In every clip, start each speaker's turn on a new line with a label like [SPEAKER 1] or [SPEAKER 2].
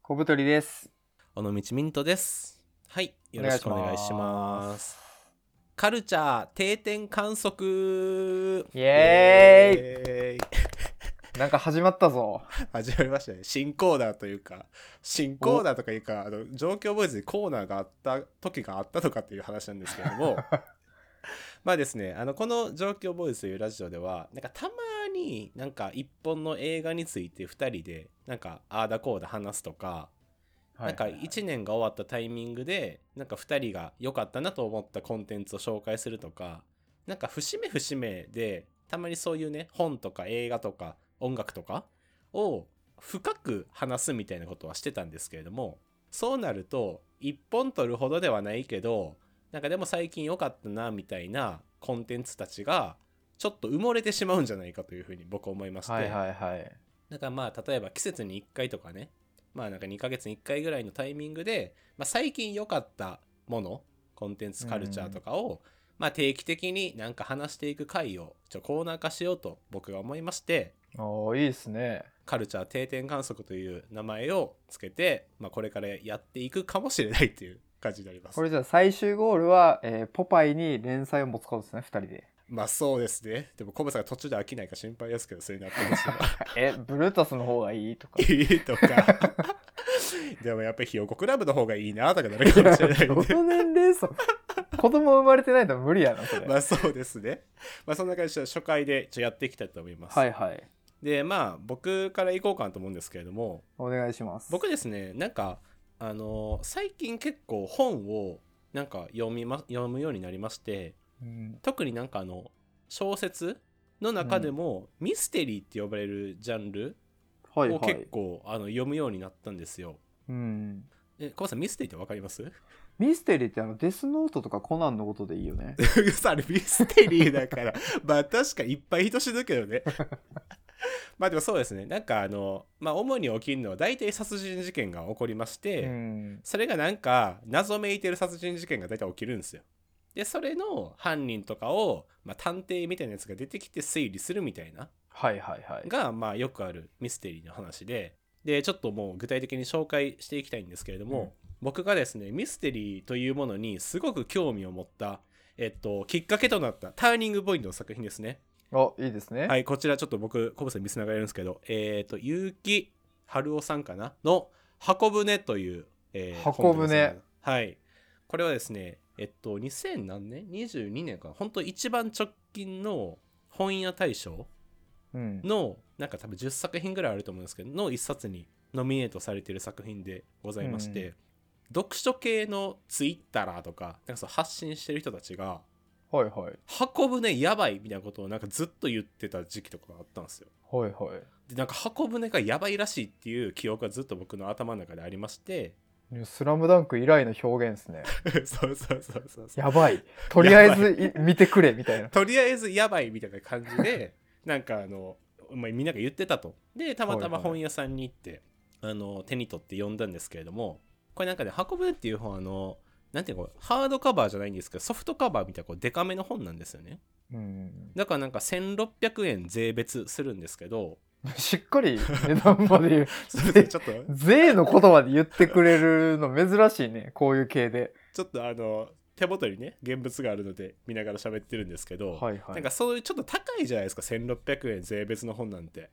[SPEAKER 1] 小太りです。
[SPEAKER 2] 尾道ミントです。はい、よろしくお願いし
[SPEAKER 1] お願
[SPEAKER 2] ま。
[SPEAKER 1] いします
[SPEAKER 2] カルチャー定点観測
[SPEAKER 1] イエー
[SPEAKER 2] え
[SPEAKER 1] イなんか始まったぞ。
[SPEAKER 2] ーイ始まりましたね。新コーナーというか、新コーナーとかいうか、あの状況ボーイズにコーナーがあった時があったとかっていう話なんですけれど も、まあですね、あのこの状況ボーイズというラジオでは、なんかたまになんか一本の映画について2人で、なんかああだこうだ話すとか、なんか1年が終わったタイミングでなんか2人が良かったなと思ったコンテンツを紹介するとかなんか節目節目でたまにそういうね本とか映画とか音楽とかを深く話すみたいなことはしてたんですけれどもそうなると1本取るほどではないけどなんかでも最近良かったなみたいなコンテンツたちがちょっと埋もれてしまうんじゃないかというふうに僕は思いまして、
[SPEAKER 1] はいはいはい。
[SPEAKER 2] だからまあ例えば季節に1回とかねまあなんか2ヶ月に1回ぐらいのタイミングで、まあ、最近良かったものコンテンツカルチャーとかを、まあ定期的になんか話していく回をちょコーナー化しようと僕が思いまして
[SPEAKER 1] おー、いいですね。
[SPEAKER 2] カルチャー定点観測という名前をつけて、まあ、これからやっていくかもしれないっていう感じになります
[SPEAKER 1] これじゃあ最終ゴールは、えーポパイに連載を持つことですね、二人で。
[SPEAKER 2] まあそうですねでもコブさんが途中で飽きないか心配ですけどそれになってますよ
[SPEAKER 1] え、ブルータスの方がいいとか。
[SPEAKER 2] いい とかでもやっぱりひよこクラブの方がいいなとかなるかもし れないん
[SPEAKER 1] どの年
[SPEAKER 2] で
[SPEAKER 1] 齢層子供生まれてないと無理やな、それ。
[SPEAKER 2] まあそうですね。 まあそんな感じで初回でちょっとやっていきたいと思います。
[SPEAKER 1] はいはい。
[SPEAKER 2] でまあ僕から行こうかなと思うんですけれども
[SPEAKER 1] お願いします。
[SPEAKER 2] 僕ですねなんかあの最近結構本をなんか読み、ま、読むようになりまして
[SPEAKER 1] うん、
[SPEAKER 2] 特になんかあの小説の中でもミステリーって呼ばれるジャンル
[SPEAKER 1] はいは
[SPEAKER 2] を
[SPEAKER 1] い
[SPEAKER 2] 結。構あの読むようになったんですよ。
[SPEAKER 1] うん。
[SPEAKER 2] え、コバさんミステリーってわかります
[SPEAKER 1] ミステリーってあの、デスノートとかコナンのことでいいよね。
[SPEAKER 2] さあれミステリー だからまあ確かいっぱい人死ぬけどねまあでもそうですねなんかあのまあ主に起きるのは大体殺人事件が起こりまして、
[SPEAKER 1] うん。
[SPEAKER 2] それがなんか謎めいてる殺人事件が大体起きるんですよでそれの犯人とかを、まあ、探偵みたいなやつが出てきて推理するみたいな
[SPEAKER 1] はいはいはい。
[SPEAKER 2] がまあよくあるミステリーの話ででちょっともう具体的に紹介していきたいんですけれども、
[SPEAKER 1] うん
[SPEAKER 2] 僕がですねミステリーというものにすごく興味を持った、えっと、きっかけとなったターニングポイントの作品ですね
[SPEAKER 1] あ、いいですね。。
[SPEAKER 2] はいいこちらちょっと僕コブさん見せながらやるんですけどえっ、と結城春夫さんかなの「箱舟」という、えー
[SPEAKER 1] 箱舟
[SPEAKER 2] 本でございますはいこれはですねえっと2000何年22年かな本当一番直近の本屋大賞
[SPEAKER 1] うん。
[SPEAKER 2] のなんか多分10作品ぐらいあると思うんですけどの一冊にノミネートされている作品でございまして、
[SPEAKER 1] うん
[SPEAKER 2] 読書系のツイッターとかなんかそう発信してる人たちが
[SPEAKER 1] はいはい。
[SPEAKER 2] 「箱舟やばい」みたいなことをなんかずっと言ってた時期とかがあったんですよ。
[SPEAKER 1] はいはい。
[SPEAKER 2] でなんか箱舟がやばいらしいっていう記憶がずっと僕の頭の中でありまし て
[SPEAKER 1] ねスラムダンク以来の表現です ね。
[SPEAKER 2] そうそうそうそうそう
[SPEAKER 1] やばい。とりあえずい見てくれ、みたいな。
[SPEAKER 2] とりあえずやばいみたいな感じで なんかあのまあみんなが言ってたとでたま
[SPEAKER 1] は
[SPEAKER 2] たま
[SPEAKER 1] いはい
[SPEAKER 2] 本屋さんに行って、あの手に取って読んだんですけれどもこれなんかね「運ぶ」っていう本あのなんていうのハードカバーじゃないんですけどソフトカバーみたいなこうデカめの本なんですよね
[SPEAKER 1] うん。
[SPEAKER 2] だからなんか1600円税別するんです けど
[SPEAKER 1] しっかり値段まで言う。
[SPEAKER 2] すいま せんちょっと
[SPEAKER 1] 税のことまで言ってくれるの珍しいね。こういう系で。
[SPEAKER 2] ちょっとあの手元にね現物があるので見ながら喋ってるんですけど、
[SPEAKER 1] はいは
[SPEAKER 2] なん
[SPEAKER 1] い
[SPEAKER 2] か。そういうちょっと高いじゃないですか1600円税別の本なんて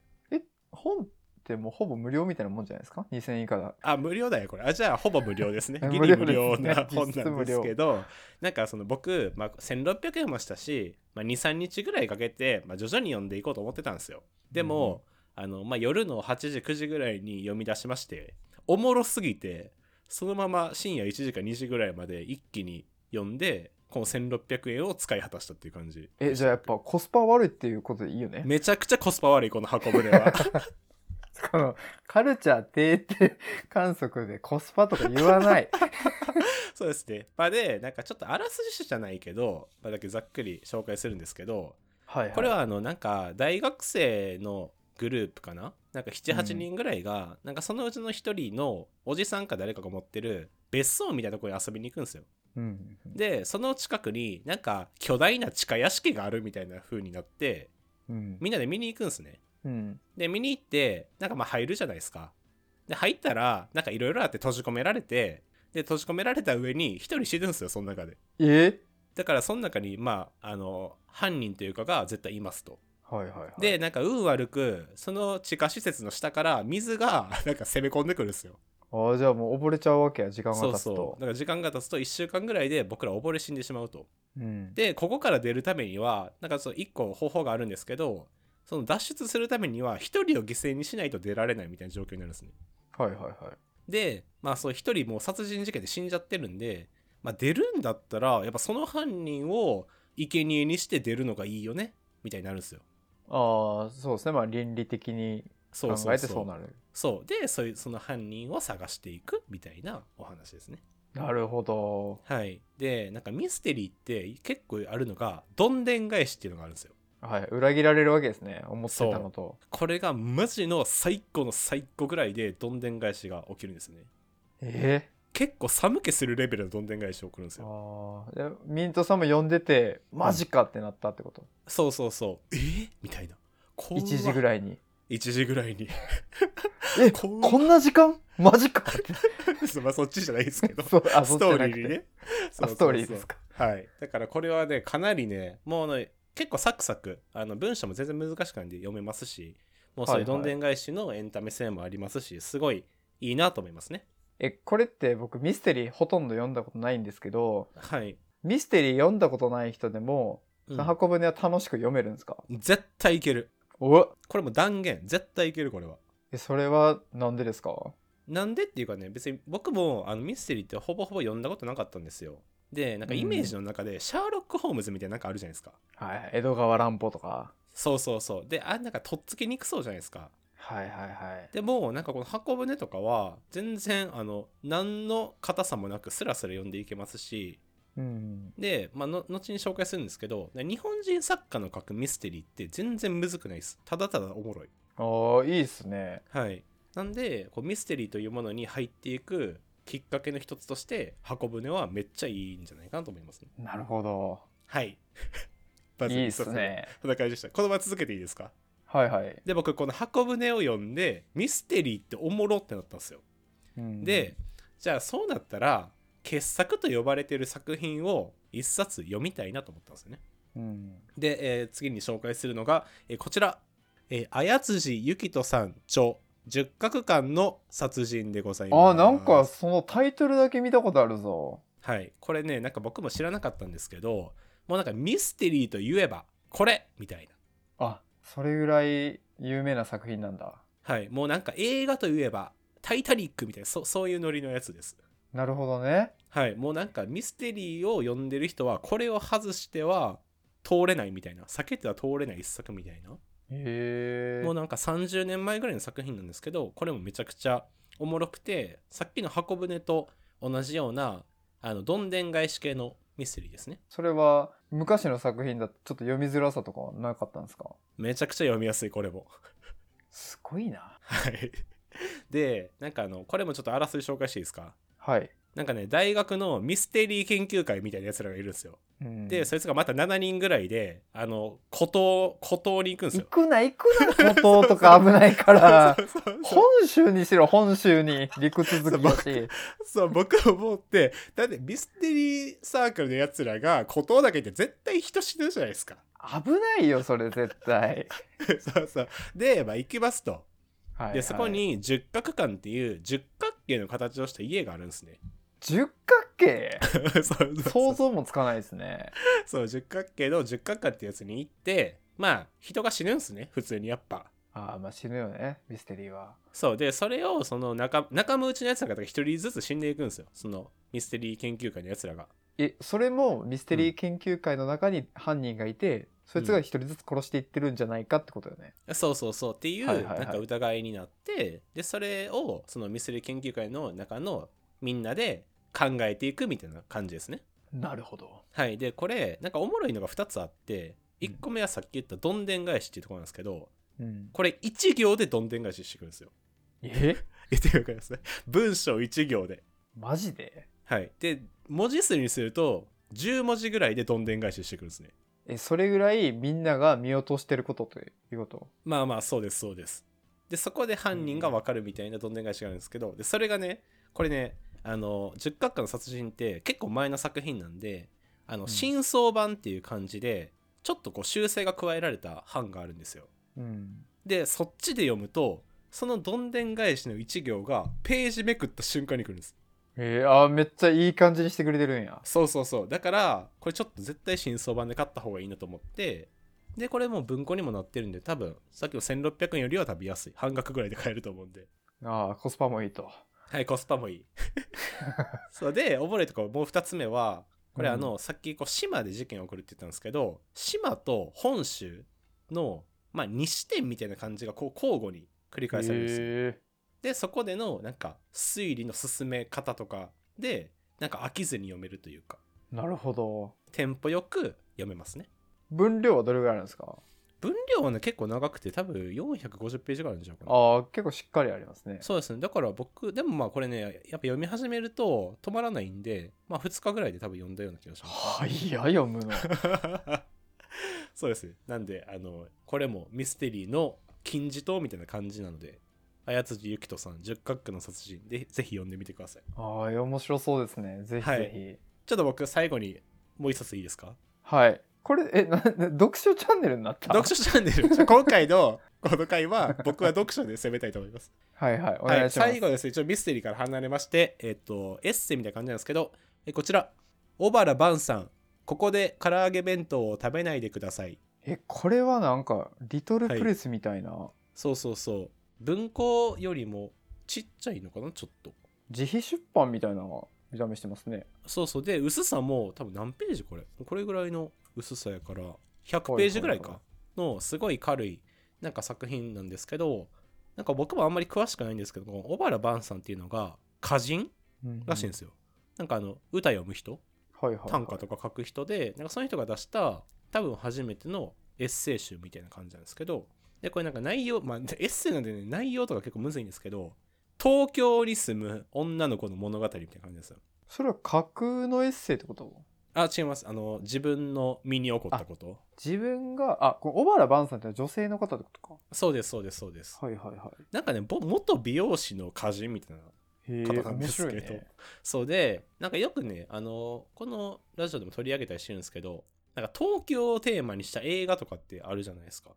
[SPEAKER 1] 本ってもうほぼ無料みたいなもんじゃないですか ?2000 円以下だ。
[SPEAKER 2] あ無料だよこれあじゃあほぼ無料ですね
[SPEAKER 1] 無料
[SPEAKER 2] ギリ
[SPEAKER 1] です
[SPEAKER 2] 無
[SPEAKER 1] ね
[SPEAKER 2] 料な 本
[SPEAKER 1] 実質
[SPEAKER 2] な
[SPEAKER 1] 無
[SPEAKER 2] んです
[SPEAKER 1] 料
[SPEAKER 2] けどなんかその僕、まあ、1600円もしたし、まあ、23日ぐらいかけて、まあ、徐々に読んでいこうと思ってたんですよでも、あのまあ、夜の8時9時ぐらいに読み出しましておもろすぎてそのまま深夜1時か2時ぐらいまで一気に読んでこの1600円を使い果たしたっていう感じ
[SPEAKER 1] え、じゃあやっぱコスパ悪いっていうことでいいよね。
[SPEAKER 2] めちゃくちゃコスパ悪いこの箱舟は
[SPEAKER 1] このカルチャー定点観測でコスパとか言わ ない。
[SPEAKER 2] そうですねまあでなんかちょっとあらすじじゃないけど、まあ、だけざっくり紹介するんですけど
[SPEAKER 1] はいはい。
[SPEAKER 2] これはあのなんか大学生のグループかななんか78
[SPEAKER 1] うん
[SPEAKER 2] 人ぐらいが、なんかそのうちの1人のおじさんか誰かが持ってる別荘みたいなところに遊びに行くんですよ
[SPEAKER 1] うん。
[SPEAKER 2] でその近くになんか巨大な地下屋敷があるみたいな風になって
[SPEAKER 1] うん。
[SPEAKER 2] みんなで見に行くんですね
[SPEAKER 1] うん。
[SPEAKER 2] で見に行ってなんかまあ入るじゃないですかで入ったらなんかいろいろあって閉じ込められてで閉じ込められた上に一人死ぬんですよその中で
[SPEAKER 1] え
[SPEAKER 2] だからその中にまああの犯人というかが絶対いますと
[SPEAKER 1] はいはいはい。
[SPEAKER 2] でなんか運悪くその地下施設の下から水が なんか攻め込んでくるんですよ
[SPEAKER 1] ああ、じゃあもう溺れちゃうわけや、時間が
[SPEAKER 2] そ
[SPEAKER 1] 経
[SPEAKER 2] う
[SPEAKER 1] つと。
[SPEAKER 2] そうだから時間が経つと1週間ぐらいで僕ら溺れ死んでしまうと
[SPEAKER 1] うん。
[SPEAKER 2] でここから出るためにはなんかその1個方法があるんですけどその脱出するためには1人を犠牲にしないと出られないみたいな状況になるんですね
[SPEAKER 1] はいはいはい。
[SPEAKER 2] でまあそう1人もう殺人事件で死んじゃってるんで、まあ、出るんだったらやっぱその犯人を生贄にして出るのがいいよねみたいになるんですよ
[SPEAKER 1] ああ、そうですね。まあ倫理的に
[SPEAKER 2] そ
[SPEAKER 1] 考
[SPEAKER 2] うそう
[SPEAKER 1] え
[SPEAKER 2] そ
[SPEAKER 1] て
[SPEAKER 2] う
[SPEAKER 1] そうなる。
[SPEAKER 2] そうでそういうその犯人を探していくみたいなお話ですね
[SPEAKER 1] なるほど。
[SPEAKER 2] はいでなんかミステリーって結構あるのがどんでん返しっていうのがあるんですよ
[SPEAKER 1] はい。裏切られるわけですね。思ってたのと。
[SPEAKER 2] これがマジの最高の最高ぐらいでどんでん返しが起きるんですね
[SPEAKER 1] え
[SPEAKER 2] 結構寒気するレベルのどんでん返し起こるんです
[SPEAKER 1] ー、
[SPEAKER 2] よ
[SPEAKER 1] ああ。でミントさんも呼んでて、マジかってなったってこと。
[SPEAKER 2] そうそうそうえーみたいな
[SPEAKER 1] 1時ぐ
[SPEAKER 2] い
[SPEAKER 1] らいに。
[SPEAKER 2] 1時ぐらいに
[SPEAKER 1] え、
[SPEAKER 2] こん
[SPEAKER 1] こんな時間マジかって。
[SPEAKER 2] まあそっちじゃないですけど
[SPEAKER 1] そう、あ、そ
[SPEAKER 2] ス
[SPEAKER 1] っちじ
[SPEAKER 2] ト
[SPEAKER 1] ゃな
[SPEAKER 2] ー
[SPEAKER 1] く
[SPEAKER 2] リーに
[SPEAKER 1] て。
[SPEAKER 2] ね
[SPEAKER 1] あ、ストーリーですか。
[SPEAKER 2] はい、だからこれはねかなりねもうね結構サクサクあの文章も全然難しくないんで読めますしもうそ
[SPEAKER 1] はい
[SPEAKER 2] ういう
[SPEAKER 1] は
[SPEAKER 2] ど
[SPEAKER 1] い
[SPEAKER 2] んでん返しのエンタメ性もありますしすごいいいなと思いますね
[SPEAKER 1] え、これって僕ミステリーほとんど読んだことないんですけど、
[SPEAKER 2] はい、
[SPEAKER 1] ミステリー読んだことない人でも、
[SPEAKER 2] う
[SPEAKER 1] そ
[SPEAKER 2] ん
[SPEAKER 1] の箱舟は楽しく読めるんですか、
[SPEAKER 2] 絶対いける
[SPEAKER 1] お
[SPEAKER 2] これもう断言絶対いけるこれは
[SPEAKER 1] えそれはなんでですか
[SPEAKER 2] なんでっていうかね別に僕もあのミステリーってほぼほぼ読んだことなかったんですよでなんかイメージの中でシャーロック・ホームズみたいななんかあるじゃないですか
[SPEAKER 1] はい江戸川乱歩とか
[SPEAKER 2] そうそうそうであなんかとっつきにくそうじゃないですか
[SPEAKER 1] はいはいはい
[SPEAKER 2] でもなんかこの箱舟とかは全然あの何の硬さもなくスラスラ読んでいけますし
[SPEAKER 1] うん
[SPEAKER 2] で、まあ、の後に紹介するんですけど日本人作家の書くミステリーって全然むずくないですただただおもろい
[SPEAKER 1] あーいいっすね
[SPEAKER 2] はいなんでこうミステリーというものに入っていくきっかけの一つとして箱舟はめっちゃいいんじゃないかなと思いますね
[SPEAKER 1] なるほど
[SPEAKER 2] はい まず
[SPEAKER 1] いいっすね
[SPEAKER 2] そんな感じでしたこのまま続けていいですか
[SPEAKER 1] はいはい、
[SPEAKER 2] で僕この箱舟を読んでミステリーっておもろってなったんですよ
[SPEAKER 1] うん
[SPEAKER 2] でじゃあそうなったら傑作と呼ばれてる作品を一冊読みたいなと思ったんですよね。
[SPEAKER 1] うん
[SPEAKER 2] で、えー次に紹介するのが、えーこちら「えー、綾辻ゆきとさん著十角館の殺人」でござい
[SPEAKER 1] あ
[SPEAKER 2] ます。
[SPEAKER 1] ーなんかそのタイトルだけ見たことあるぞ
[SPEAKER 2] はいこれねなんか僕も知らなかったんですけどもうなんかミステリーといえばこれみたいな。
[SPEAKER 1] あそれぐらい有名な作品なんだ
[SPEAKER 2] はいもうなんか映画といえば「タイタニック」みたいなそそういうノリのやつです。
[SPEAKER 1] なるほどね
[SPEAKER 2] はい、もうなんかミステリーを読んでる人はこれを外しては通れないみたいな避けては通れない一作みたいな、
[SPEAKER 1] へえ
[SPEAKER 2] もうなんか30年前ぐらいの作品なんですけどこれもめちゃくちゃおもろくてさっきの箱舟と同じようなあのどんでん返し系のミステリーですね
[SPEAKER 1] それは昔の作品だとちょっと読みづらさとかはなかったんですか
[SPEAKER 2] めちゃくちゃ読みやすいこれも
[SPEAKER 1] すごいな
[SPEAKER 2] はいでなんかあのこれもちょっとあらすじ紹介していいですか
[SPEAKER 1] はい、
[SPEAKER 2] なんかね大学のミステリー研究会みたいなやつらがいるんですよ
[SPEAKER 1] うん
[SPEAKER 2] でそいつがまた7人ぐらいであの孤島孤島に行くんです
[SPEAKER 1] 行
[SPEAKER 2] よ
[SPEAKER 1] くな行くな孤島とか危ない から
[SPEAKER 2] そうそうそうそう
[SPEAKER 1] 本州にしろ本州に陸続きだし
[SPEAKER 2] そう僕思ってだってミステリーサークルのやつらが孤島だけって絶対人死ぬじゃないですか
[SPEAKER 1] 危ないよそれ絶対、
[SPEAKER 2] そうそうで、まあ、行きますと
[SPEAKER 1] はいはい
[SPEAKER 2] でそこに十角館っていう十角形の形をした家があるんですね
[SPEAKER 1] 十角形
[SPEAKER 2] そうそうそ
[SPEAKER 1] 想
[SPEAKER 2] う
[SPEAKER 1] 像もつかないですね
[SPEAKER 2] そう十角形の十角館ってやつに行ってまあ人が死ぬんですね普通にやっぱ
[SPEAKER 1] ああまあ死ぬよねミステリーは
[SPEAKER 2] そうでそれをその仲仲間内のやつらが一人ずつ死んでいくんですよそのミステリー研究会のやつらが
[SPEAKER 1] えそれもミステリー研究会の中に犯人がいて、そいつが一人ずつ殺していってるんじゃないかってことよね、
[SPEAKER 2] そうそうそうっていう
[SPEAKER 1] はいはいはい
[SPEAKER 2] なんか疑いになって、でそれをそのミステリー研究会の中のみんなで考えていくみたいな感じですね
[SPEAKER 1] なるほど
[SPEAKER 2] はいでこれなんかおもろいのが2つあって
[SPEAKER 1] うん
[SPEAKER 2] 1個目はさっき言ったどんでん返しっていうところなんですけど
[SPEAKER 1] うん、
[SPEAKER 2] これ1行でどんでん返ししてくるんですよ
[SPEAKER 1] え
[SPEAKER 2] えっていうかですね文章1行で
[SPEAKER 1] マジで
[SPEAKER 2] はいで文字数にすると10文字ぐらいでどんでん返ししてくるんですね
[SPEAKER 1] えそれぐらいみんなが見落としてることということ
[SPEAKER 2] まあまあそうですそうですでそこで犯人が分かるみたいなどんでん返しがあるんですけどでそれがねこれねあの10角下の殺人って結構前の作品なんであの
[SPEAKER 1] ん
[SPEAKER 2] 真相版っていう感じでちょっとこう修正が加えられた版があるんですよ
[SPEAKER 1] うん。
[SPEAKER 2] でそっちで読むとそのどんでん返しの1行がページめくった瞬間に来るんです
[SPEAKER 1] えー、あーめっちゃいい感じにしてくれてるんや。
[SPEAKER 2] そうそうそうだからこれちょっと絶対真相版で買った方がいいなと思ってでこれもう文庫にもなってるんで多分さっきの1600円よりは食べやすい半額ぐらいで買えると思うんで
[SPEAKER 1] ああ、コスパもいいと。
[SPEAKER 2] はいコスパもいい そうでおぼれとかもう2つ目はこれ
[SPEAKER 1] うん
[SPEAKER 2] あの、さっきこう島で事件起こるって言ったんですけど島と本州のまあ西点みたいな感じがこう交互に繰り返されるんですよ
[SPEAKER 1] え
[SPEAKER 2] でそこでのなんか推理の進め方とかでなんか飽きずに読めるというか
[SPEAKER 1] ー、なるほど。
[SPEAKER 2] テンポよく読めますね
[SPEAKER 1] 分量はどれぐらいあるんですか
[SPEAKER 2] 分量はね結構長くて多分450ページぐらいあるんじゃないかな
[SPEAKER 1] ああ、結構しっかりありますね。
[SPEAKER 2] そうですねだから僕でもまあこれねやっぱ読み始めると止まらないんでまあ2日ぐらいで多分読んだような気がします
[SPEAKER 1] はいや、読むの。
[SPEAKER 2] そうですねなんであのこれもミステリーの金字塔みたいな感じなので綾辻ゆきとさん「十角の殺人で」ぜひ読んでみてください
[SPEAKER 1] ああ、面白そうですね。ぜひぜ
[SPEAKER 2] ちょっと僕最後にもう一冊いいですか
[SPEAKER 1] ひ。はい。これ、え、な、読書チャンネルになった
[SPEAKER 2] 読書チャンネルじゃあ今回のこの回は僕は読書で攻めたいと思います
[SPEAKER 1] はいはい、お
[SPEAKER 2] は
[SPEAKER 1] 願
[SPEAKER 2] い、
[SPEAKER 1] いします。
[SPEAKER 2] 最後ですね、ちょっとミステリーから離れまして、えっと、エッセイみたいな感じなんですけど、えこちら、小原晩さん、ここで唐揚げ弁当を食べないでください。
[SPEAKER 1] え、これはなんか、リトル
[SPEAKER 2] はい
[SPEAKER 1] プレスみたいな、
[SPEAKER 2] そうそうそう。文庫よりもちっちゃいのかな、ちょっと。
[SPEAKER 1] 自費出版みたいな見た目してますね。
[SPEAKER 2] そうそう。で、薄さも多分何ページこれこれぐらいの薄さやから、100ページぐらい
[SPEAKER 1] はい
[SPEAKER 2] か。の、すごい軽い、なんか作品なんですけど、なんか僕もあんまり詳しくないんですけど、この小原晩さんっていうのが、歌人らしい
[SPEAKER 1] で。
[SPEAKER 2] んですすよ。なんかあの、歌読む人
[SPEAKER 1] はいはいはい。
[SPEAKER 2] 短歌とか書く人でなんかその人が出した多分初めてのエッセイ集みたいな感じなんですけどでこれなんか内容まあエッセイなんでね内容とか結構むずいんですけど東京に住む女の子の物語みたいな感じですよ
[SPEAKER 1] それは架空のエッセイってこと
[SPEAKER 2] あ違いますあの自分の身に起こったこと
[SPEAKER 1] 自分が、あ、この小原晩さんってのは女性の方ってこと
[SPEAKER 2] そうですそうですそうです
[SPEAKER 1] か。はいはいはい。
[SPEAKER 2] なんかねぼ元美容師の歌人みたいな
[SPEAKER 1] へ
[SPEAKER 2] 方
[SPEAKER 1] え、
[SPEAKER 2] なん
[SPEAKER 1] 面
[SPEAKER 2] です
[SPEAKER 1] 白
[SPEAKER 2] け
[SPEAKER 1] い
[SPEAKER 2] ど
[SPEAKER 1] ね。
[SPEAKER 2] そうでなんかよくねあのこのラジオでも取り上げたりしてるんですけどなんか東京をテーマにした映画とかってあるじゃないですか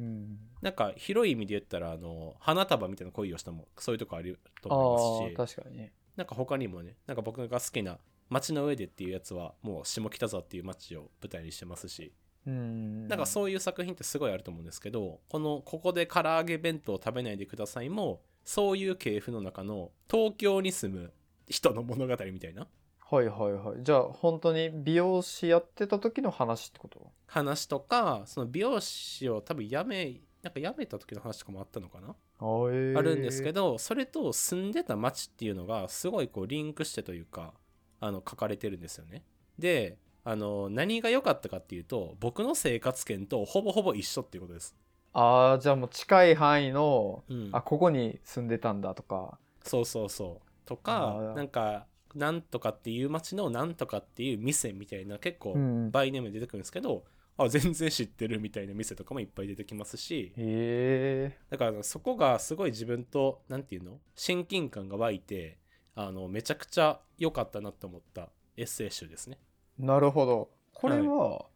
[SPEAKER 1] うん。
[SPEAKER 2] なんか広い意味で言ったらあの花束みたいな恋をしたもそういうとこあると
[SPEAKER 1] ああ
[SPEAKER 2] 思い
[SPEAKER 1] ー、
[SPEAKER 2] ますし
[SPEAKER 1] 確かにね。
[SPEAKER 2] なんか他にもねなんか僕が好きな「街の上で」っていうやつはもう下北沢っていう街を舞台にしてますし
[SPEAKER 1] うん。
[SPEAKER 2] なんかそういう作品ってすごいあると思うんですけどこの「ここで唐揚げ弁当を食べないでください」もそういう系譜の中の東京に住む人の物語みたいな
[SPEAKER 1] はいはいはい。じゃあ、本当に美容師やってた時の話ってこと
[SPEAKER 2] 話とかその美容師を多分辞めなんか辞めた時の話とかもあったのかな
[SPEAKER 1] あ,、えー、
[SPEAKER 2] あるんですけ
[SPEAKER 1] ど。
[SPEAKER 2] どそれと住んでた町っていうのがすごいこうリンクしてというかあの書かれてるんですよね。であの何が良かったかっていうと僕の生活圏とほぼほぼ一緒っていうことです。
[SPEAKER 1] ああ、じゃあもう近い範囲の、
[SPEAKER 2] うん、
[SPEAKER 1] あ、ここに住んでたんだとか。
[SPEAKER 2] そうそうそう。と
[SPEAKER 1] あ
[SPEAKER 2] か
[SPEAKER 1] ー
[SPEAKER 2] なんかなんとかっていう町のなんとかっていう店みたいな結構
[SPEAKER 1] うん。
[SPEAKER 2] バイネームで出てくるんですけど、あ全然知ってるみたいな店とかもいっぱい出てきますし
[SPEAKER 1] へえ。
[SPEAKER 2] だからそこがすごい自分と何て言うの親近感が湧いてあのめちゃくちゃ良かったなと思ったエッセイ集ですね
[SPEAKER 1] なるほど。これは、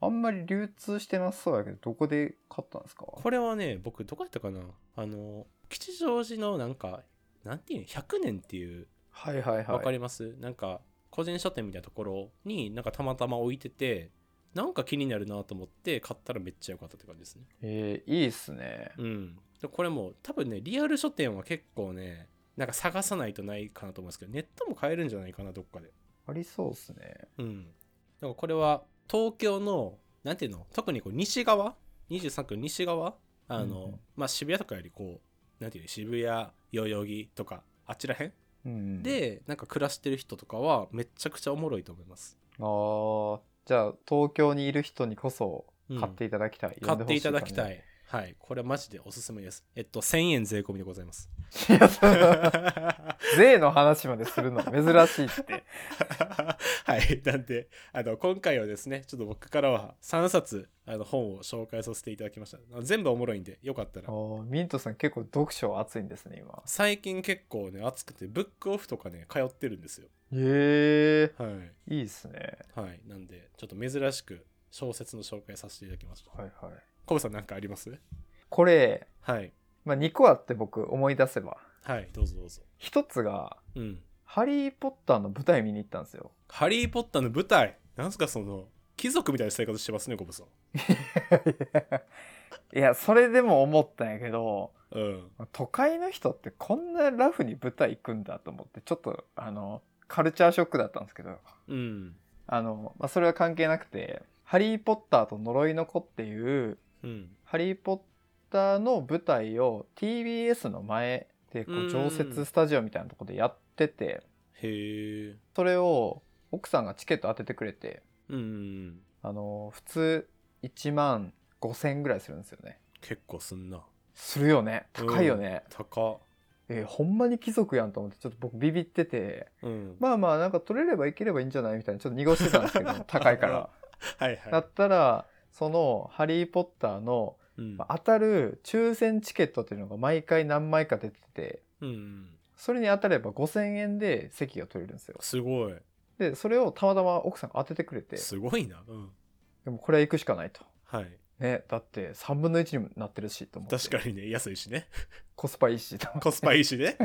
[SPEAKER 1] あんまり流通してなさそうやけど、どこで買ったんですか
[SPEAKER 2] これはね僕どこやったかなあの吉祥寺のなんかなんていうの100年っていう
[SPEAKER 1] はいはいはい。
[SPEAKER 2] わかります、なんか個人書店みたいなところになんかたまたま置いててなんか気になるなと思って買ったらめっちゃ良かったって感じですね
[SPEAKER 1] えー、いいっすね。
[SPEAKER 2] うんでこれも多分ねリアル書店は結構ねなんか探さないとないかなと思うんですけどネットも買えるんじゃないかなどっかで
[SPEAKER 1] ありそうっすね。
[SPEAKER 2] うん。だからこれは東京の、なんていうの特にこう西側 ?23 区の西側あ
[SPEAKER 1] う
[SPEAKER 2] の、
[SPEAKER 1] んうん
[SPEAKER 2] まあ渋谷とかよりこう、なんていうの渋谷、代々木とか、あっちらへん、
[SPEAKER 1] うん。、
[SPEAKER 2] で、なんか暮らしてる人とかはめちゃくちゃおもろいと思います。
[SPEAKER 1] ああ、じゃあ、東京にいる人にこそ
[SPEAKER 2] うん
[SPEAKER 1] 買っていただきたい。
[SPEAKER 2] 買
[SPEAKER 1] 呼
[SPEAKER 2] っ
[SPEAKER 1] ん
[SPEAKER 2] て
[SPEAKER 1] で
[SPEAKER 2] いただ
[SPEAKER 1] ほし
[SPEAKER 2] き
[SPEAKER 1] か
[SPEAKER 2] た
[SPEAKER 1] ね
[SPEAKER 2] い。はいこれはマジでおすすめですえっと1000円税込みでございます
[SPEAKER 1] い やその税の話までするのは珍しいって
[SPEAKER 2] はいなんであの今回はですねちょっと僕からは3冊あの本を紹介させていただきましたあの全部おもろいんでよかったら
[SPEAKER 1] おーミントさん結構読書熱いんですね今
[SPEAKER 2] 最近結構ね暑くてブックオフとかね通ってるんですよ
[SPEAKER 1] へ
[SPEAKER 2] はい
[SPEAKER 1] えいいっすね
[SPEAKER 2] はいなんでちょっと珍しく小説の紹介させていただきました
[SPEAKER 1] はいはい
[SPEAKER 2] コブさんなんかあります
[SPEAKER 1] これ、
[SPEAKER 2] はい
[SPEAKER 1] まあ、2個あって僕思い出せば
[SPEAKER 2] はいどうぞどうぞ
[SPEAKER 1] 一つが
[SPEAKER 2] うん
[SPEAKER 1] 「ハリー・ポッター」の舞台見に行ったんですよ
[SPEAKER 2] ハリー・ポッターの舞台なんすかその貴族みたいな生活してますねコブさん
[SPEAKER 1] いやそれでも思ったんやけど
[SPEAKER 2] うん
[SPEAKER 1] 都会の人ってこんなラフに舞台行くんだと思ってちょっとあのカルチャーショックだったんですけど
[SPEAKER 2] うん
[SPEAKER 1] あの、まあ、それは関係なくて「ハリー・ポッターと呪いの子」っていう
[SPEAKER 2] うん
[SPEAKER 1] 「ハリー・ポッター」の舞台を TBS の前でこ
[SPEAKER 2] うん
[SPEAKER 1] う常設スタジオみたいなとこでやってて
[SPEAKER 2] へえ
[SPEAKER 1] それを奥さんがチケット当ててくれて
[SPEAKER 2] うん
[SPEAKER 1] あの普通1万5,000円ぐらいするんですよね
[SPEAKER 2] 結構すんな
[SPEAKER 1] するよね高いよね、
[SPEAKER 2] 高
[SPEAKER 1] えーほんまに貴族やんと思ってちょっと僕ビビってて
[SPEAKER 2] うん
[SPEAKER 1] まあまあなんか取れればいければいいんじゃないみたいなちょっと濁してたんですけ ど高いから
[SPEAKER 2] はい
[SPEAKER 1] だ
[SPEAKER 2] は
[SPEAKER 1] ったらその「ハリー・ポッター」の
[SPEAKER 2] いうん
[SPEAKER 1] まあ当たる抽選チケットっていうのが毎回何枚か出てて
[SPEAKER 2] うん
[SPEAKER 1] それに当たれば5,000円で席が取れるんですよ
[SPEAKER 2] すごい
[SPEAKER 1] でそれをたまたま奥さんが当ててくれて
[SPEAKER 2] すごいなうん
[SPEAKER 1] でもこれは行くしかないと
[SPEAKER 2] はい
[SPEAKER 1] ねだって3分の1にもなってるしと思って
[SPEAKER 2] 確かにね安いしね
[SPEAKER 1] コスパいいしと思って
[SPEAKER 2] コスパいいし ね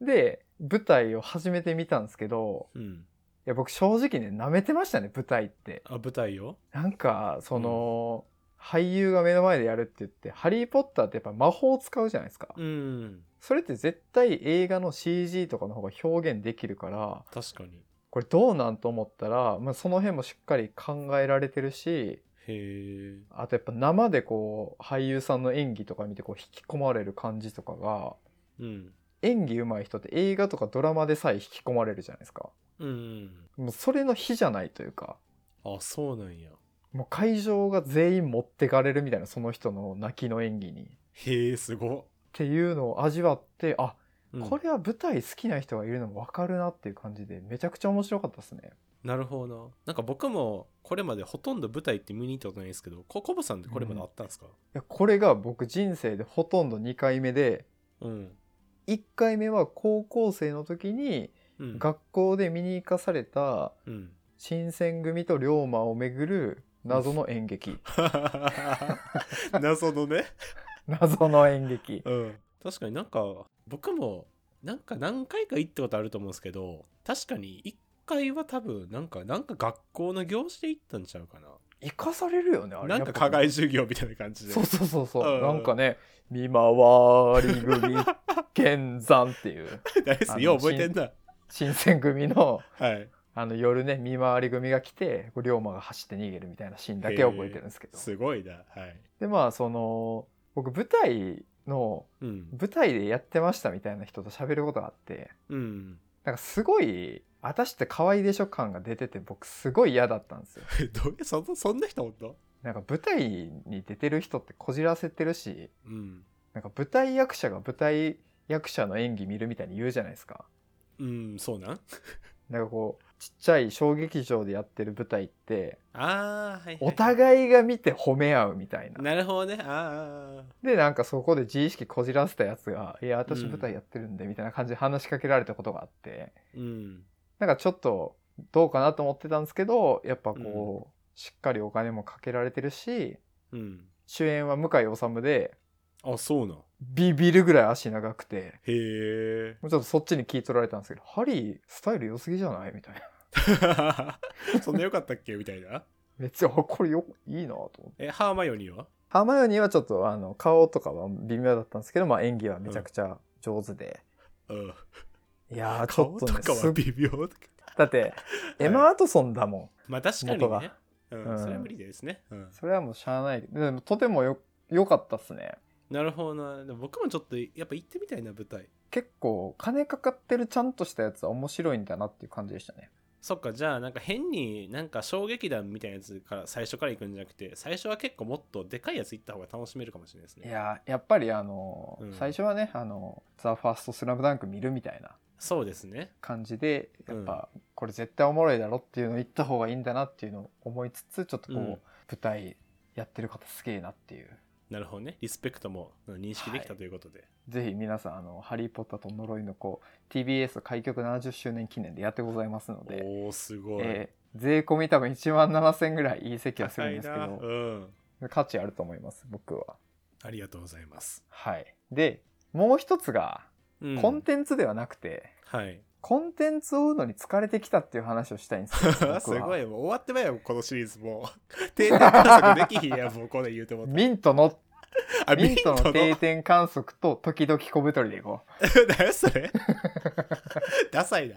[SPEAKER 1] で舞台を始めてみたんですけど
[SPEAKER 2] うんうん
[SPEAKER 1] いや僕正直ね舐めてましたね舞台って
[SPEAKER 2] あ舞台よ
[SPEAKER 1] なんかその、俳優が目の前でやるって言って「ハリー・ポッター」ってやっぱ魔法を使うじゃないですか、
[SPEAKER 2] うん
[SPEAKER 1] それって絶対映画の CG とかの方が表現できるから
[SPEAKER 2] 確かに
[SPEAKER 1] これどうなんと思ったら、まあ、その辺もしっかり考えられてるし
[SPEAKER 2] へえ
[SPEAKER 1] あとやっぱ生でこう俳優さんの演技とか見てこう引き込まれる感じとかが
[SPEAKER 2] うん
[SPEAKER 1] 演技上手い人って映画とかドラマでさえ引き込まれるじゃないですか
[SPEAKER 2] うん
[SPEAKER 1] もうそれの比じゃないというか
[SPEAKER 2] あそうなんや
[SPEAKER 1] もう会場が全員持ってかれるみたいなその人の泣きの演技にっ
[SPEAKER 2] へえすご
[SPEAKER 1] ていうのを味わってあ、
[SPEAKER 2] っうん
[SPEAKER 1] これは舞台好きな人がいるのも分かるなっていう感じでめちゃくちゃ面白かったですね
[SPEAKER 2] なるほどな。なんか僕もこれまでほとんど舞台って見に行ったことないですけど、こコブさんってこれまであったんですか
[SPEAKER 1] いやこれが僕人生でほとんど2回目で
[SPEAKER 2] うん。
[SPEAKER 1] 1回目は高校生の時に
[SPEAKER 2] うん。
[SPEAKER 1] 学校で見に行かされた
[SPEAKER 2] うん。
[SPEAKER 1] 新選組と龍馬をめぐる謎の演劇
[SPEAKER 2] 謎のね。
[SPEAKER 1] 謎の演劇
[SPEAKER 2] うん。確かになんか僕もなんか何回か行ったことあると思うんですけど、確かに1回は多分なんかなんか学校の行事で行ったんちゃうかな。
[SPEAKER 1] 生かされるよねあれ
[SPEAKER 2] なんか課外授業みたいな感じで。
[SPEAKER 1] そうそうそうそう、
[SPEAKER 2] うん
[SPEAKER 1] なんかね「見回り組剣山」っていう
[SPEAKER 2] 大
[SPEAKER 1] あ
[SPEAKER 2] 好
[SPEAKER 1] の
[SPEAKER 2] き。よう覚えてんな。
[SPEAKER 1] 新選組の
[SPEAKER 2] はい。
[SPEAKER 1] あの夜ね見回り組が来てこう龍馬が走って逃げるみたいなシーンだけ覚えてるんですけど
[SPEAKER 2] すごいな。はい。
[SPEAKER 1] でまあその僕舞台の
[SPEAKER 2] うん。
[SPEAKER 1] 舞台でやってましたみたいな人と喋ることがあって
[SPEAKER 2] うん。
[SPEAKER 1] なんかすごい私って可愛いでしょ感が出てて僕すごい嫌だったんですよ
[SPEAKER 2] どういうそんそんな人ほんと
[SPEAKER 1] なんか舞台に出てる人ってこじらせてるし
[SPEAKER 2] うん。
[SPEAKER 1] なんか舞台役者が舞台役者の演技見るみたいに言うじゃないですか
[SPEAKER 2] うん、そうなん
[SPEAKER 1] なんかこうちっちゃい小劇場でやってる舞台って
[SPEAKER 2] ああ、はい、はい。
[SPEAKER 1] お互いが見て褒め合うみたいな
[SPEAKER 2] なるほどね。ああ。
[SPEAKER 1] でなんかそこで自意識こじらせたやつが「いや私舞台やってるんで」みたいな感じで話しかけられたことがあって、
[SPEAKER 2] うん。
[SPEAKER 1] なんかちょっとどうかなと思ってたんですけどやっぱこう、しっかりお金もかけられてるし
[SPEAKER 2] うん。
[SPEAKER 1] 主演は向井治で
[SPEAKER 2] あ、そうなん。
[SPEAKER 1] ビビるぐらい足長くて。
[SPEAKER 2] へえ
[SPEAKER 1] もうちょっとそっちに聞い取られたんですけど「ハリースタイル良すぎじゃない?」みたいな
[SPEAKER 2] そんな良かったっけみたいな。
[SPEAKER 1] めっちゃあこれよいいなと思って。
[SPEAKER 2] え、ハーマイオニーは
[SPEAKER 1] ハマヨニーはちょっとあの顔とかは微妙だったんですけど、まあ、演技はめちゃくちゃ上手で、
[SPEAKER 2] うん。
[SPEAKER 1] いやーちょ
[SPEAKER 2] 顔
[SPEAKER 1] っと,、
[SPEAKER 2] と
[SPEAKER 1] ね、
[SPEAKER 2] か
[SPEAKER 1] す
[SPEAKER 2] は
[SPEAKER 1] っ
[SPEAKER 2] 微妙だけど。
[SPEAKER 1] だって、エマ・アトソンだもん。
[SPEAKER 2] まあ確か
[SPEAKER 1] 元
[SPEAKER 2] にね
[SPEAKER 1] が。
[SPEAKER 2] うん、
[SPEAKER 1] うん
[SPEAKER 2] それは無理ですね。うん。
[SPEAKER 1] それはもうしゃあない。でもとてもよ、良かったっすね。
[SPEAKER 2] なるほどな。でも僕もちょっと、やっぱ行ってみたいな、舞台。
[SPEAKER 1] 結構、金かかってるちゃんとしたやつは面白いんだなっていう感じでしたね。
[SPEAKER 2] そっかじゃあなんか変になんか衝撃弾みたいなやつから最初から行くんじゃなくて最初は結構もっとでかいやつ行った方が楽しめるかもしれないです
[SPEAKER 1] い
[SPEAKER 2] ね
[SPEAKER 1] ややっぱりあの、
[SPEAKER 2] うん
[SPEAKER 1] 最初はね「あのザ・ファーストスラムダンク見るみたいな
[SPEAKER 2] そうですね
[SPEAKER 1] 感じでやっぱ、これ絶対おもろいだろっていうのを言った方がいいんだなっていうのを思いつつちょっとこう、
[SPEAKER 2] うん
[SPEAKER 1] 舞台やってる方すげえなっていう
[SPEAKER 2] なるほどねリスペクトもうん認識できたということで、
[SPEAKER 1] ぜひ皆さんあの「ハリー・ポッターと呪いの子」TBS 開局70周年記念でやってございますので、
[SPEAKER 2] おおすごい、
[SPEAKER 1] えー税込み多分1万7000ぐらいいい席はす
[SPEAKER 2] 高
[SPEAKER 1] るん
[SPEAKER 2] い
[SPEAKER 1] ですけ
[SPEAKER 2] な
[SPEAKER 1] ど、
[SPEAKER 2] うん
[SPEAKER 1] 価値あると思います僕は。
[SPEAKER 2] ありがとうございます、
[SPEAKER 1] はい、でもう一つが
[SPEAKER 2] うん
[SPEAKER 1] コンテンツではなくて。
[SPEAKER 2] はい
[SPEAKER 1] コンテンツを追うのに疲れてきたっていう話をしたいんです よ。
[SPEAKER 2] す
[SPEAKER 1] 僕
[SPEAKER 2] ご
[SPEAKER 1] はい
[SPEAKER 2] もう終わってまえよこのシリーズもう定点観測できひん やんもうこれ言うてもうた
[SPEAKER 1] ミントの
[SPEAKER 2] あ
[SPEAKER 1] ミントの定
[SPEAKER 2] 定
[SPEAKER 1] 点観測と時々小太りでいこう。
[SPEAKER 2] 何 それダサいな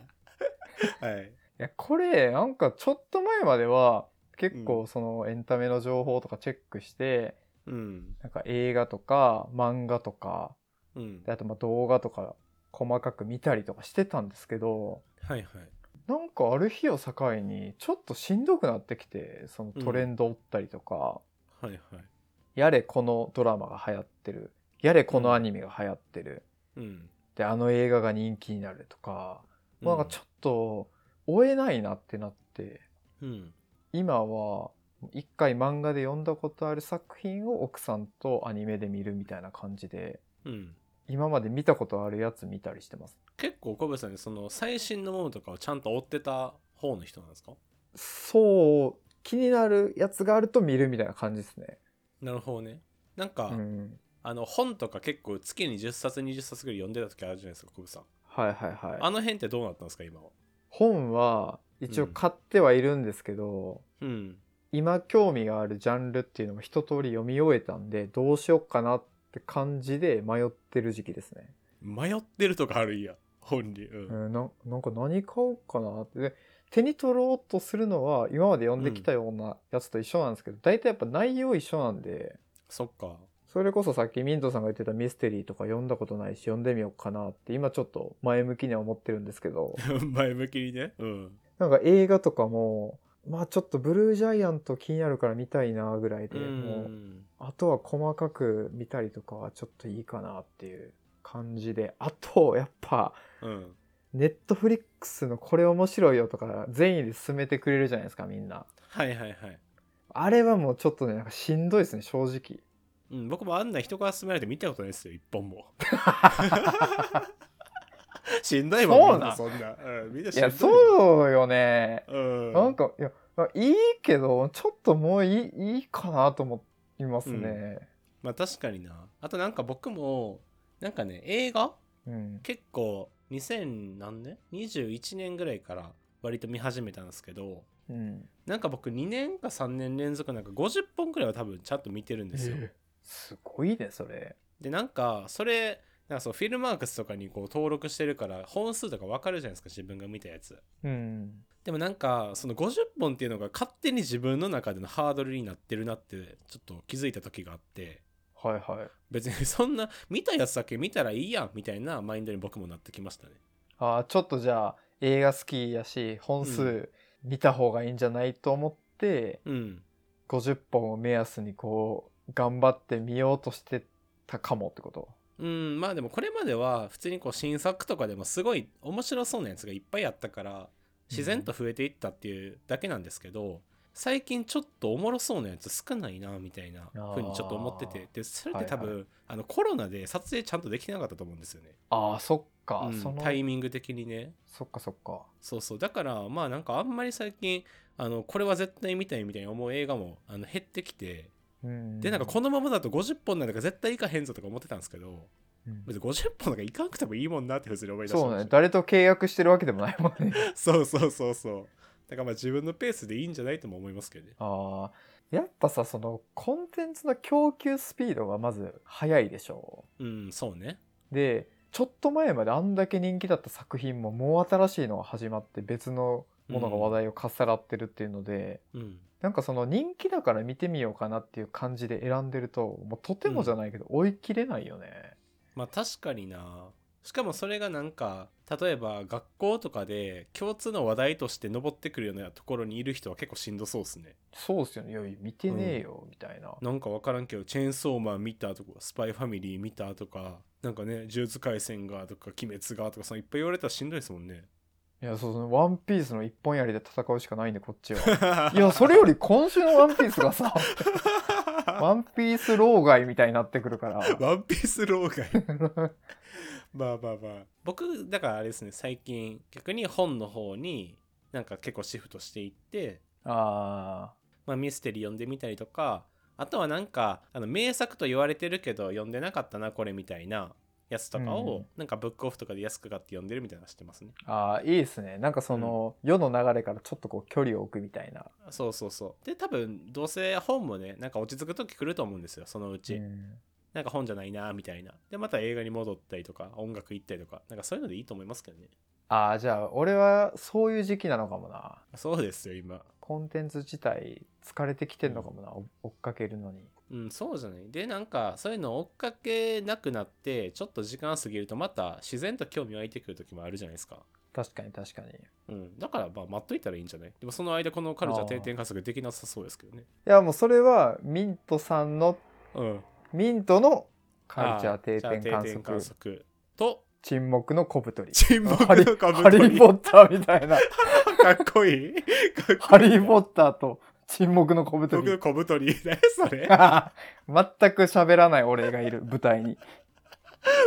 [SPEAKER 2] はい
[SPEAKER 1] いやこれなんかちょっと前までは結構そのエンタメの情報とかチェックして、
[SPEAKER 2] うん
[SPEAKER 1] なんか映画とか漫画とか
[SPEAKER 2] うん
[SPEAKER 1] であとまあ動画とか細かく見たりとかしてたんですけど
[SPEAKER 2] はいはい
[SPEAKER 1] なんかある日を境にちょっとしんどくなってきてそのトレンド追ったりとか、
[SPEAKER 2] はいはい
[SPEAKER 1] やれこのドラマが流行ってるやれこのアニメが流行ってる、
[SPEAKER 2] うん
[SPEAKER 1] であの映画が人気になるとか、もうなんかちょっと追えないなってなって
[SPEAKER 2] うん
[SPEAKER 1] 今は一回漫画で読んだことある作品を奥さんとアニメで見るみたいな感じで
[SPEAKER 2] うん
[SPEAKER 1] 今まで見たことあるやつ見たりしてます
[SPEAKER 2] 結構小部さんねその最新のものとかをちゃんと追ってた方の人なんですか
[SPEAKER 1] そう気になるやつがあると見るみたいな感じですね
[SPEAKER 2] なるほどねなんか、
[SPEAKER 1] うん
[SPEAKER 2] あの本とか結構月に10冊20冊ぐらい読んでた時あるじゃないですか小部さん、
[SPEAKER 1] はいはいは
[SPEAKER 2] あ
[SPEAKER 1] い
[SPEAKER 2] の辺ってどうなったんですか今は
[SPEAKER 1] 本は一応買ってはいるんですけど、
[SPEAKER 2] うん
[SPEAKER 1] 今興味があるジャンルっていうのも一通り読み終えたんでどうしよっかなって感じで迷ってる時期ですね
[SPEAKER 2] 迷ってるとかあるんや本にうん、
[SPEAKER 1] うん、ななんか何買おうかなってで手に取ろうとするのは今まで読んできたようなやつと一緒なんですけど、大体やっぱ内容一緒なんで
[SPEAKER 2] そっか
[SPEAKER 1] それこそさっきミントさんが言ってたミステリーとか読んだことないし読んでみようかなって今ちょっと前向きには思ってるんですけ ど
[SPEAKER 2] 前向きにねうん
[SPEAKER 1] なんか映画とかもまあちょっとブルージャイアント気になるから見たいなぐらいで、もうあとは細かく見たりとかはちょっといいかなっていう感じであとやっぱ
[SPEAKER 2] うん
[SPEAKER 1] ネットフリックスのこれ面白いよとか善意で進めてくれるじゃないですかみんな
[SPEAKER 2] はいはいはい、
[SPEAKER 1] あれはもうちょっとねなんかしんどいですね正直
[SPEAKER 2] うん、僕もあんな人から勧められて見たことないですよ一本もしんどいもんみんなそ
[SPEAKER 1] そ
[SPEAKER 2] んな、うん、みんないしんど
[SPEAKER 1] や
[SPEAKER 2] いもん
[SPEAKER 1] そうよね、
[SPEAKER 2] うん、
[SPEAKER 1] なんかいやいいけどちょっともういいいいかなと思いますね
[SPEAKER 2] まあ確かになあとなんか僕もなんかね映画
[SPEAKER 1] うん、
[SPEAKER 2] 結構2000何年 ?21 年ぐらいから割と見始めたんですけど
[SPEAKER 1] うん
[SPEAKER 2] なんか僕2年か3年連続なんか50本くらいは多分ちゃんと見てるんですよ、
[SPEAKER 1] えすごいねそれ
[SPEAKER 2] でなんかそれなんかそうフィルマークスとかにこう登録してるから本数とか分かるじゃないですか自分が見たやつ
[SPEAKER 1] うん
[SPEAKER 2] でもなんかその50本っていうのが勝手に自分の中でのハードルになってるなってちょっと気づいた時があって
[SPEAKER 1] はいはい
[SPEAKER 2] 別に そんな見たやつだけ見たらいいやんみたいなマインドに僕もなってきましたね
[SPEAKER 1] あーちょっとじゃあ映画好きやし本数見た方がいいんじゃないと思って、
[SPEAKER 2] うん
[SPEAKER 1] 50本を目安にこう頑張って見ようとしてたかもってこと
[SPEAKER 2] うんまあでもこれまでは普通にこう新作とかでもすごい面白そうなやつがいっぱいあったから自然と増えていったっていうだけなんですけど、最近ちょっとおもろそうなやつ少ないなみたいなふうにちょっと思って
[SPEAKER 1] あ
[SPEAKER 2] て
[SPEAKER 1] ー
[SPEAKER 2] でそれって多分、
[SPEAKER 1] は
[SPEAKER 2] あのコロナで撮影ちゃんとできてなかったと思うんですよね、
[SPEAKER 1] ああそっか、
[SPEAKER 2] うん
[SPEAKER 1] その
[SPEAKER 2] タイミング的にね
[SPEAKER 1] そっかそっか
[SPEAKER 2] そうそうだからまあなんかあんまり最近あのこれは絶対見たいみたいに思う映画もあの減ってきて
[SPEAKER 1] うん
[SPEAKER 2] でなんかこのままだと50本なんだから絶対いかへんぞとか思ってたんですけど
[SPEAKER 1] うん
[SPEAKER 2] 別に50本なんかいかなくてもいいもんなって普通に思い出して
[SPEAKER 1] そう
[SPEAKER 2] ま
[SPEAKER 1] ね
[SPEAKER 2] した
[SPEAKER 1] 誰と契約してるわけでもないもんね
[SPEAKER 2] そうそうそうそうだからまあ自分のペースでいいんじゃないとも思いますけどね
[SPEAKER 1] ああやっぱさそのコンテンツの供給スピードがまず速いでしょ
[SPEAKER 2] うんそうね
[SPEAKER 1] でちょっと前まであんだけ人気だった作品ももう新しいのが始まって別のものが話題をかっさらってるっていうので、
[SPEAKER 2] うん
[SPEAKER 1] なんかその人気だから見てみようかなっていう感じで選んでるともうとてもじゃないけど追い切れないよね、
[SPEAKER 2] まあ確かになしかもそれがなんか例えば学校とかで共通の話題として上ってくるようなところにいる人は結構しんどそうですね
[SPEAKER 1] そうっすよねいや見てねえよ、みたいな
[SPEAKER 2] なんか分からんけどチェーンソーマン見たとかスパイファミリー見たとかなんかね呪術廻戦がとか鬼滅がとかそのいっぱい言われたらしんどいですもんね
[SPEAKER 1] いやそうそのワンピースの一本槍で戦うしかないんでこっちは いやそれより今週のワンピースがさワンピース老害みたいになってくるから
[SPEAKER 2] ワンピース老害 まあまあまあ僕だからあれですね最近逆に本の方になんか結構シフトしていって、
[SPEAKER 1] あ
[SPEAKER 2] まあ、ミステリー読んでみたりとかあとはなんかあの名作と言われてるけど読んでなかったなこれみたいなやつとか
[SPEAKER 1] う
[SPEAKER 2] を
[SPEAKER 1] ん
[SPEAKER 2] なんかブックオフとかで安く買って読んでるみたいなのしてますね
[SPEAKER 1] ーあーいいですねなんかその、世の流れからちょっとこう距離を置くみたいな、
[SPEAKER 2] そうそうそうで多分どうせ本もねなんか落ち着く時来ると思うんですよそのうち、
[SPEAKER 1] うん
[SPEAKER 2] なんか本じゃないなみたいなでまた映画に戻ったりとか音楽行ったりとかなんかそういうのでいいと思いますけどね
[SPEAKER 1] ああじゃあ俺はそういう時期なのかもな
[SPEAKER 2] そうですよ今
[SPEAKER 1] コンテンツ自体疲れてきてんのかもな、追っかけるのに
[SPEAKER 2] うん、そうじゃない。で、なんか、そういうのを追っかけなくなって、ちょっと時間過ぎると、また自然と興味湧いてくる時もあるじゃないですか。
[SPEAKER 1] 確かに確かにい
[SPEAKER 2] うん。だから、まあ、待っといたらいいんじゃないでも、その間、このカルチ
[SPEAKER 1] あ
[SPEAKER 2] ャー
[SPEAKER 1] ー
[SPEAKER 2] 定点観測できなさそうですけどね。
[SPEAKER 1] やもうそれはミントさんの
[SPEAKER 2] うん。
[SPEAKER 1] ミントのカルチャー定点
[SPEAKER 2] カ
[SPEAKER 1] 観測
[SPEAKER 2] 観測と、
[SPEAKER 1] 沈黙の小太り
[SPEAKER 2] 沈黙
[SPEAKER 1] ハリ
[SPEAKER 2] のカ
[SPEAKER 1] ハリー・ポッターみた いな
[SPEAKER 2] かっこいい。かっこいい。
[SPEAKER 1] ハリー・ポッターと沈黙の小太
[SPEAKER 2] 僕の
[SPEAKER 1] り
[SPEAKER 2] 小太り。 何それ
[SPEAKER 1] 全く喋らない俺がいる舞台に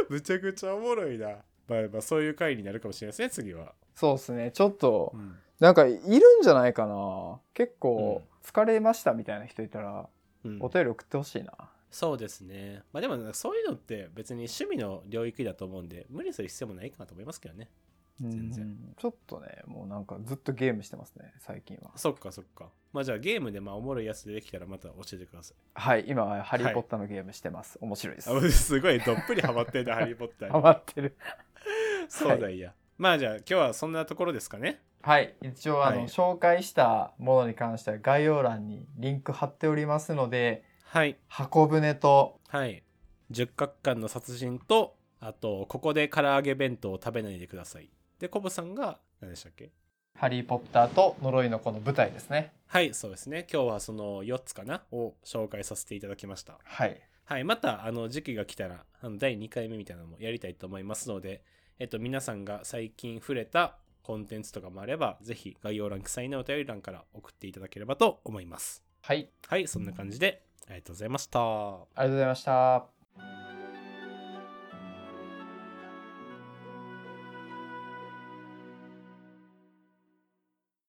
[SPEAKER 2] むちゃくちゃおもろいな。まあ、まあ、そういう回になるかもしれないですね、次は。
[SPEAKER 1] そうっすねちょっと
[SPEAKER 2] ん。
[SPEAKER 1] なんかいるんじゃないかな結構疲れましたみたいな人いたら
[SPEAKER 2] うん
[SPEAKER 1] お便り送ってほしいな、
[SPEAKER 2] そうですね。まあでもなんかそういうのって別に趣味の領域だと思うんで、無理する必要もないかなと思いますけどね。全然
[SPEAKER 1] うんちょっとねもうなんかずっとゲームしてますね最近は
[SPEAKER 2] そっかそっか。まあじゃあゲームでまあおもろいやつでできたらまた教えてください。
[SPEAKER 1] はい今はハリー・ポッターのゲームしてます、面白いです
[SPEAKER 2] あすごいどっぷりハマってんだ、ハリー・ポッター
[SPEAKER 1] ハ
[SPEAKER 2] に。
[SPEAKER 1] マってる
[SPEAKER 2] そうだいや。まあじゃあ今日はそんなところですかね。
[SPEAKER 1] はい一応あの、
[SPEAKER 2] はい
[SPEAKER 1] 紹介したものに関しては概要欄にリンク貼っておりますので
[SPEAKER 2] はい。
[SPEAKER 1] 箱舟と
[SPEAKER 2] はい。10角間の殺人と、あと、ここで唐揚げ弁当を食べないでください。で、コブさんが、何でしたっけ
[SPEAKER 1] ハリー・ポッターと呪いの子の舞台ですね
[SPEAKER 2] はい、そうですね。今日はその4つかなを紹介させていただきました。
[SPEAKER 1] はい
[SPEAKER 2] はい、またあの時期が来たらあの第2回目みたいなのもやりたいと思いますので、えっと、皆さんが最近触れたコンテンツとかもあれば、ぜひ概要欄、記載のお便り欄から送っていただければと思います。
[SPEAKER 1] はい
[SPEAKER 2] はい、そんな感じでありがとうございました。
[SPEAKER 1] ありがとうございました